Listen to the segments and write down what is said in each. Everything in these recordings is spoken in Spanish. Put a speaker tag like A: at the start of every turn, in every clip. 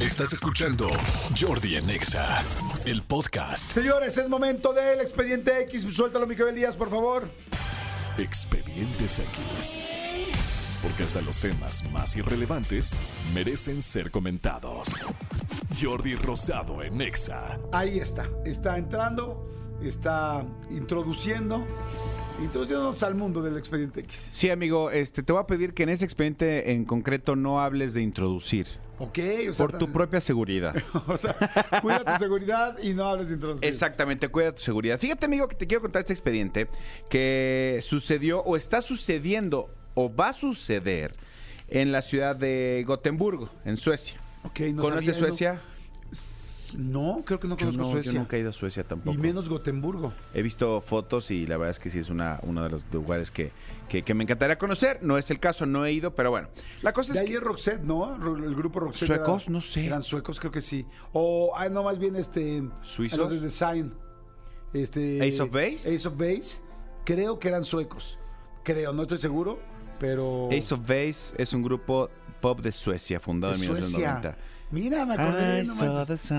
A: Estás escuchando Jordi en EXA, el podcast
B: Señores, es momento del expediente X. Suéltalo, Miguel Díaz, por favor.
A: Expedientes X. Porque hasta los temas más irrelevantes merecen ser comentados. Jordi Rosado en EXA.
B: Ahí está. Está entrando, está introduciendo, introduciéndonos al mundo del expediente X.
C: Sí, amigo, este, te voy a pedir que en ese expediente en concreto no hables de introducir.
B: Ok, o sea,
C: Por tu propia seguridad.
B: o sea, cuida tu seguridad y no hables de introducir.
C: Exactamente, cuida tu seguridad. Fíjate, amigo, que te quiero contar este expediente que sucedió o está sucediendo o va a suceder en la ciudad de Gotemburgo, en Suecia.
B: Ok, no
C: ¿Conoces
B: sabía,
C: Suecia?
B: No, No, creo que no
D: Yo,
B: conozco
D: no,
B: Suecia.
D: yo nunca he ido a Suecia tampoco.
B: y menos Gotemburgo.
C: He visto fotos y la verdad es que sí es una, uno de los lugares que, que- que me encantaría conocer. No es el caso, no he ido, pero bueno. La cosa
B: De
C: Pues es
B: ahí
C: que...
B: es Roxette, ¿no? Ro- El grupo Roxette. era-
C: ¿Suecos? No sé.
B: Eran suecos, creo que sí. O, ah, no, más bien este.
C: ¿Suizos?
B: Los de Design. Este,
C: ¿Ace of Base?
B: Ace of Base. Creo que eran suecos. Creo, no estoy seguro, pero.
C: Ace of Base es un grupo pop de Suecia, fundado
B: de
C: en 1990.
B: Suecia. Mira, me
C: Ah,
B: acordé. no manches.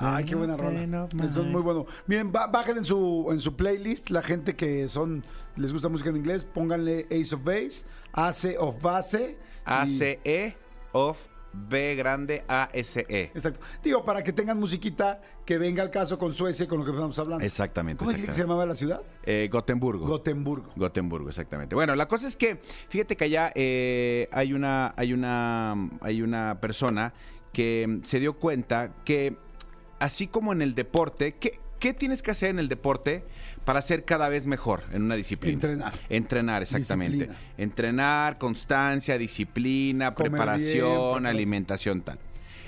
B: Ay, qué buena rola. Son muy bueno. Miren, ba- bajen en su, en su playlist la gente que son les gusta música en inglés, pónganle Ace of Base, Ace of Base. y-
C: ACE E, of B grande E. ASE.
B: Exacto. Digo, para que tengan musiquita que venga al caso con Suecia y con lo que estamos hablando.
C: Exactamente,
B: ¿Cómo dijiste que se
C: exactamente.
B: llamaba la ciudad?
C: Eh, Gotemburgo.
B: Gotemburgo.
C: Gotemburgo, exactamente. Bueno, la cosa es que, fíjate que allá eh, hay una, hay una, hay una persona que mm, se dio cuenta que, así como en el deporte, ¿qué, qué tienes que hacer en el deporte para ser cada vez mejor en una disciplina?
B: Entrenar.
C: Entrenar, exactamente.
B: Disciplina.
C: Entrenar, constancia, disciplina,
B: Comer bien,
C: preparación,
B: preparación.
C: alimentación, tal.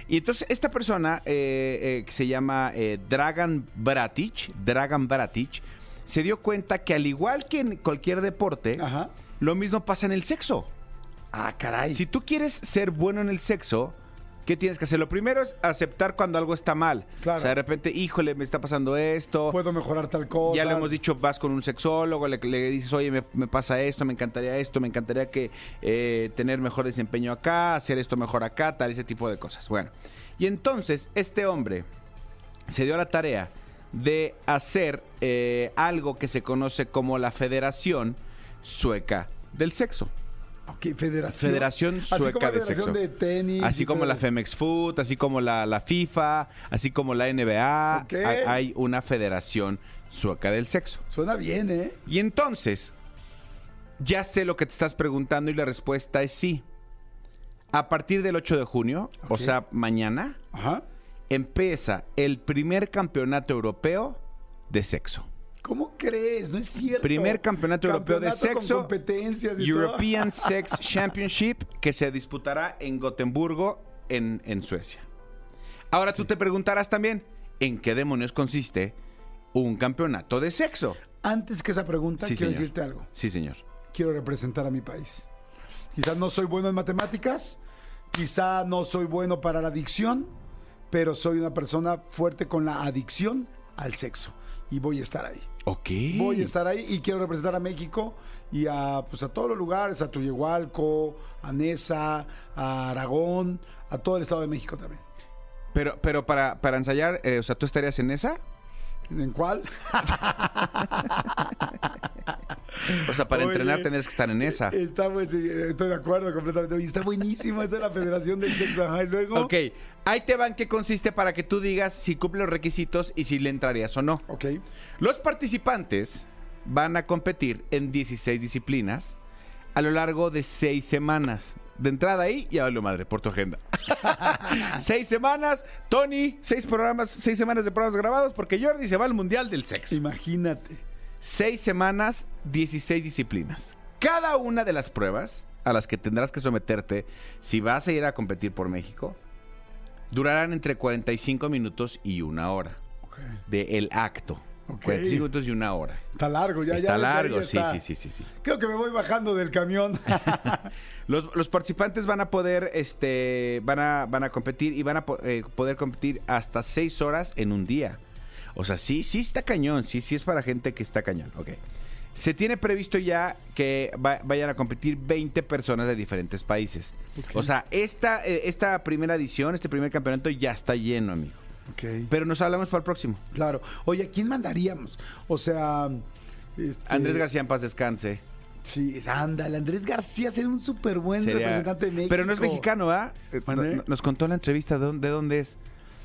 C: Y entonces esta persona eh, eh, que se llama eh, Dragan Bratic, Dragan Bratic, se dio cuenta que al igual que en cualquier deporte,
B: Ajá.
C: lo mismo pasa en el sexo.
B: Ah, caray.
C: Si tú quieres ser bueno en el sexo, ¿qué tienes que hacer? Lo primero es aceptar cuando algo está mal.
B: Claro.
C: O sea, de repente, híjole, me está pasando esto.
B: Puedo mejorar tal cosa.
C: Ya lo hemos dicho, vas con un sexólogo, le, le dices, oye, me, me pasa esto, me encantaría esto, me encantaría que eh, tener mejor desempeño acá, hacer esto mejor acá, tal, ese tipo de cosas. Bueno, y entonces este hombre se dio a la tarea de hacer eh, algo que se conoce como la Federación Sueca del Sexo.
B: Ok, federación.
C: Federación
B: Así como
C: Sueca de
B: federación
C: Sexo.
B: de tenis.
C: Así
B: y
C: como
B: todo
C: la
B: eso.
C: Femex Food, así como la, la FIFA, así como la NBA.
B: Ok.
C: Hay, hay una Federación Sueca del Sexo.
B: Suena bien, ¿eh?
C: Y entonces, ya sé lo que te estás preguntando y la respuesta es sí. A partir del 8 de junio, o
B: Ok.
C: sea, mañana,
B: Ajá.
C: empieza el primer campeonato europeo de sexo.
B: ¿Cómo crees? No es cierto.
C: Primer campeonato europeo de
B: Campeonato con
C: sexo.
B: competencias y
C: European Sex Championship que se disputará en Gotemburgo, en, en Suecia. Ahora tú te preguntarás también, ¿en qué demonios consiste un campeonato de sexo?
B: todo. Antes que esa pregunta,
C: Sí,
B: quiero
C: señor.
B: decirte algo.
C: Sí, señor.
B: Quiero representar a mi país. Quizás no soy bueno en matemáticas, quizá no soy bueno para la adicción, pero soy una persona fuerte con la adicción al sexo. Y voy a estar ahí.
C: Ok.
B: Voy a estar ahí y quiero representar a México y a, pues, a todos los lugares, a Tuyehualco, a Nesa, a Aragón, a todo el Estado de México también.
C: Pero, pero para, para ensayar, eh, o sea, ¿tú estarías en esa?
B: ¿En cuál?
C: O sea, para
B: Oye.
C: entrenar tendrías que estar en esa.
B: Está, pues, sí, estoy de acuerdo completamente. Oye, Está buenísimo esta de la Federación del Sexo. Ajá, y luego...
C: Ok, ahí te van qué consiste para que tú digas si cumple los requisitos y si le entrarías o no.
B: Ok.
C: Los participantes van a competir en 16 disciplinas a lo largo de 6 semanas. De entrada ahí, ya valió madre, por tu agenda. seis semanas, Tony, seis programas, seis semanas de programas grabados, porque Jordi se va al Mundial del Sexo.
B: Imagínate.
C: Seis semanas, 16 disciplinas. Cada una de las pruebas a las que tendrás que someterte si vas a ir a competir por México durarán entre 45 minutos y una hora de el acto.
B: Ok.
C: 45 minutos y una hora.
B: Está largo, ya. ya,
C: está
B: desde ahí
C: largo, sí,
B: está.
C: sí, sí, sí, sí.
B: Creo que me voy bajando del camión.
C: Los, los participantes van a poder, este, van a, van a competir y van a po- eh, poder competir hasta seis horas en un día. O sea, sí, sí está cañón, sí, sí es para gente que está cañón. Ok. Se tiene previsto ya que va- vayan a competir 20 personas de diferentes países. O sea, esta, eh, esta primera edición, este primer campeonato ya está lleno, amigo.
B: Ok.
C: Pero nos hablamos para el próximo.
B: Claro. Oye, ¿a quién mandaríamos? O sea. este,
C: Andrés García en paz descanse.
B: Sí, es- ándale. Andrés García sería un súper buen
C: Sería-
B: representante de México.
C: Pero no es mexicano,
B: ¿ah?
C: ¿verdad? Eh, no-
B: ¿Mané?
C: no- nos contó en la entrevista de dónde, de dónde es.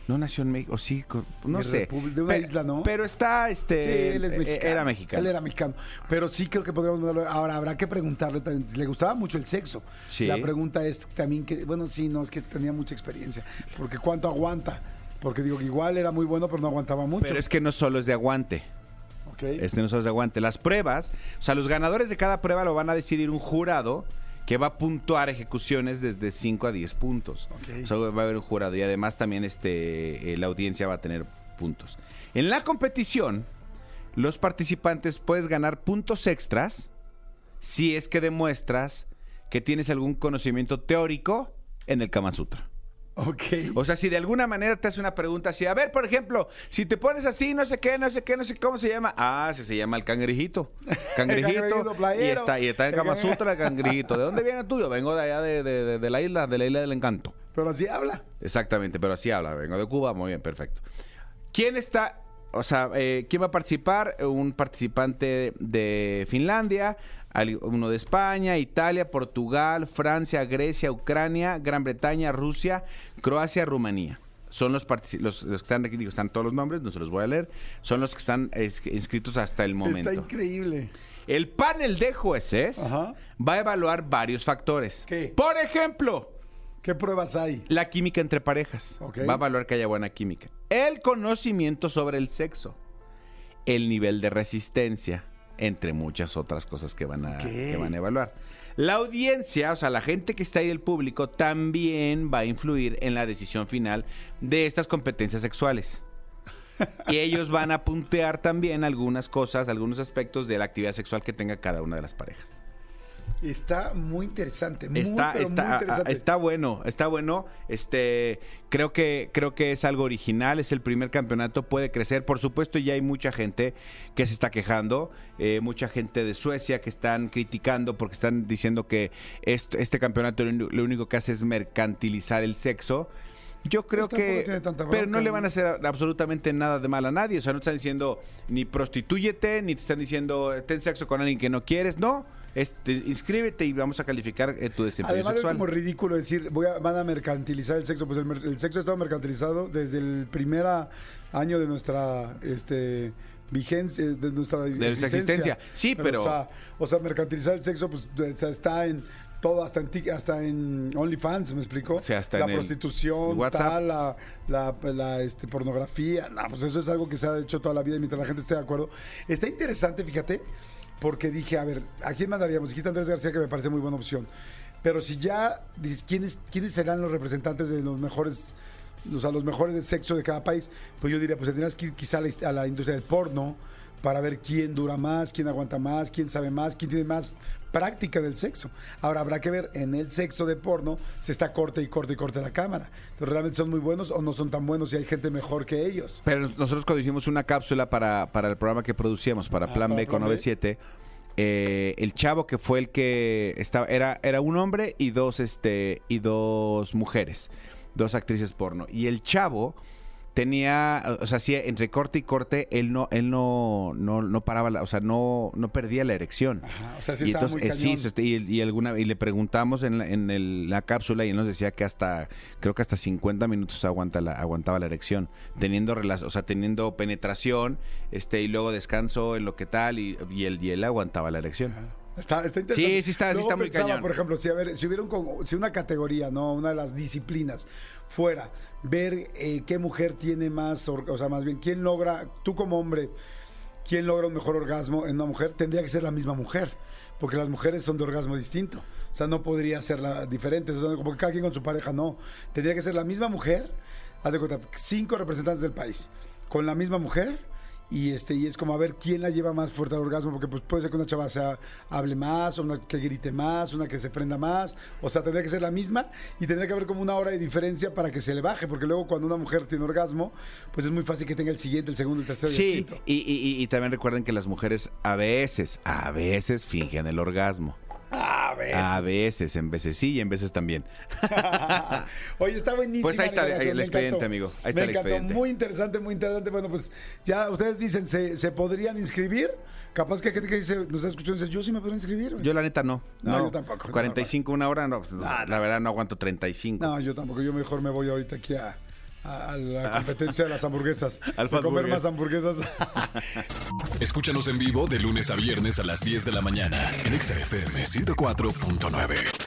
C: No nació en México, o sí, co- no
B: De
C: sé.
B: República- de una
C: Pe-
B: isla, ¿no?
C: Pero está, este,
B: Sí, él es
C: eh,
B: mexicano.
C: era mexicano.
B: Él era mexicano. Pero sí creo que podríamos mandarlo. Ahora habrá que preguntarle también. Le gustaba mucho el sexo.
C: Sí.
B: La pregunta es también que, bueno, sí, no, es que tenía mucha experiencia. Porque cuánto aguanta. Porque digo que igual era muy bueno, pero no aguantaba mucho.
C: Pero es que no solo es de aguante.
B: Ok.
C: Este no solo es de aguante. Las pruebas, o sea, los ganadores de cada prueba lo van a decidir un jurado que va a puntuar ejecuciones desde 5 a 10 puntos.
B: Ok.
C: O sea, va a haber un jurado y además también este, eh, la audiencia va a tener puntos. En la competición, los participantes puedes ganar puntos extras si es que demuestras que tienes algún conocimiento teórico en el Kama Sutra.
B: Ok.
C: O sea, si de alguna manera te hace una pregunta así, a ver, por ejemplo, si te pones así, no sé qué, no sé qué, no sé cómo se llama. Ah, sí, se llama el cangrejito. Cangrejito.
B: cangrejito
C: y
B: playero.
C: está, y está en
B: El
C: Kama
B: cangre-
C: Sutra el cangrejito. ¿De dónde viene tú? Yo vengo de allá de, de- de- de la isla, de la isla del encanto.
B: Pero así habla.
C: Exactamente, pero así habla. Vengo de Cuba, muy bien, perfecto. ¿Quién está? O sea, eh, ¿quién va a participar? Un participante de Finlandia, al- uno de España, Italia, Portugal, Francia, Grecia, Ucrania, Gran Bretaña, Rusia, Croacia, Rumanía. Son los, partici- los, los que están aquí, digo, están todos los nombres, no se los voy a leer. Son los que están es- inscritos hasta el momento.
B: Está increíble.
C: El panel de jueces
B: Ajá.
C: va a evaluar varios factores.
B: ¿Qué?
C: Por ejemplo,
B: ¿Qué pruebas hay?
C: la química entre parejas.
B: Ok.
C: Va a valorar que haya buena química. El conocimiento sobre el sexo. El nivel de resistencia. Entre muchas otras cosas que van a,
B: Ok.
C: que van a evaluar. La audiencia, o sea, la gente que está ahí, el público, también va a influir en la decisión final de estas competencias sexuales. Y ellos van a puntear también algunas cosas, algunos aspectos de la actividad sexual que tenga cada una de las parejas.
B: Está muy interesante. Muy,
C: Está,
B: pero muy
C: está, ah,
B: interesante.
C: está bueno, está bueno. Este, creo que, creo que es algo original, es el primer campeonato, puede crecer. Por supuesto, ya hay mucha gente que se está quejando, eh, mucha gente de Suecia que están criticando porque están diciendo que esto- este campeonato lo uni- lo único que hace es mercantilizar el sexo. Yo creo
B: Pues tampoco
C: que.
B: tiene tanta
C: pero
B: bronca,
C: no le van
B: ¿no?
C: a hacer a- absolutamente nada de mal a nadie. O sea, no te están diciendo ni prostituyete, ni te están diciendo eh, ten sexo con alguien que no quieres. No. Este, inscríbete y vamos a calificar eh, tu desempeño
B: Además es
C: sexual.
B: como ridículo decir, voy a- van a mercantilizar el sexo. Pues el, mer- el sexo ha estado mercantilizado desde el primer a- año de nuestra este, vigencia, eh, de nuestra
C: nuestra existencia. Sí, pero-
B: O sea, o sea, mercantilizar el sexo pues, o sea, está en todo, hasta en, Tik- hasta en OnlyFans, ¿me explico?
C: O sea, hasta
B: la
C: en el
B: prostitución,
C: WhatsApp.
B: tal, la, la- la, este, pornografía. No, pues eso es algo que se ha hecho toda la vida y mientras la gente esté de acuerdo. Está interesante, fíjate, porque dije, a ver, ¿a quién mandaríamos? Dijiste a Andrés García, que me parece muy buena opción. Pero si ya dices, ¿quiénes, quiénes serán los representantes de los mejores, o sea, los mejores del sexo de cada país? Pues yo diría, pues tendrías que ir quizá a la, a la industria del porno para ver quién dura más, quién aguanta más, quién sabe más, quién tiene más práctica del sexo. Ahora habrá que ver, en el sexo de porno se está corte y corte y corte la cámara. Entonces, ¿realmente son muy buenos o no son tan buenos y hay gente mejor que ellos?
C: Pero nosotros cuando hicimos una cápsula para, para el programa que producíamos, para
B: Ah,
C: Plan
B: para
C: B con
B: Plan B.
C: 97, eh, el chavo que fue el que estaba, era, era un hombre y dos, este, y dos mujeres, dos actrices porno. Y el chavo tenía, o- o sea, hacía entre corte y corte, él no, él no, no, no paraba, la- o sea, no, no perdía la erección.
B: Ajá, o sea, sí
C: y
B: estaba
C: entonces,
B: muy
C: eh, sí,
B: cañón.
C: eso está- y, y alguna, y le preguntamos en, la, en el- la cápsula y él nos decía que hasta, creo que hasta 50 minutos aguanta la, aguantaba la erección, teniendo rela- o sea, teniendo penetración, este, y luego descanso en lo que tal, y, y él, y él aguantaba la erección.
B: Está, está interesante.
C: Sí, sí está- sí
B: Luego
C: está muy
B: pensaba,
C: cañón.
B: Por ejemplo, si, a ver, si hubiera un con- si una categoría, ¿no? Una de las disciplinas fuera, ver eh, qué mujer tiene más, or- o sea, más bien, quién logra, tú como hombre, quién logra un mejor orgasmo en una mujer, tendría que ser la misma mujer. Porque las mujeres son de orgasmo distinto. O sea, no podría ser la diferente. o sea, como que cada quien con su pareja, no. Tendría que ser la misma mujer. Haz de cuenta, cinco representantes del país. Con la misma mujer y este y es como a ver quién la lleva más fuerte al orgasmo porque pues puede ser que una chava sea hable más o una que grite más una que se prenda más o sea tendría que ser la misma y tendría que haber como una hora de diferencia para que se le baje porque luego cuando una mujer tiene orgasmo pues es muy fácil que tenga el siguiente el segundo el tercero y el
C: Sí,
B: quinto
C: y, y- y- y también recuerden que las mujeres a veces, a veces fingen el orgasmo.
B: a ver
C: A veces, en veces sí y en veces también.
B: Oye, está buenísimo.
C: Pues ahí está el expediente, amigo.
B: me
C: Ahí está el
B: encantó.
C: expediente.
B: Muy interesante, muy interesante. Bueno, pues ya ustedes dicen, ¿se, se podrían inscribir? Capaz que hay gente que dice, nos está escuchando y dice, yo sí me podría inscribir. güey.
C: Yo la neta no.
B: No, yo tampoco, yo
C: 45 una hora, no, pues, la verdad no aguanto 35.
B: No, yo tampoco. Yo mejor me voy ahorita aquí a, a- a la competencia de las hamburguesas.
C: Al
B: de comer
C: Fatburger.
B: más hamburguesas.
A: Escúchanos en vivo de lunes a viernes a las 10 de la mañana en Exa FM 104.9.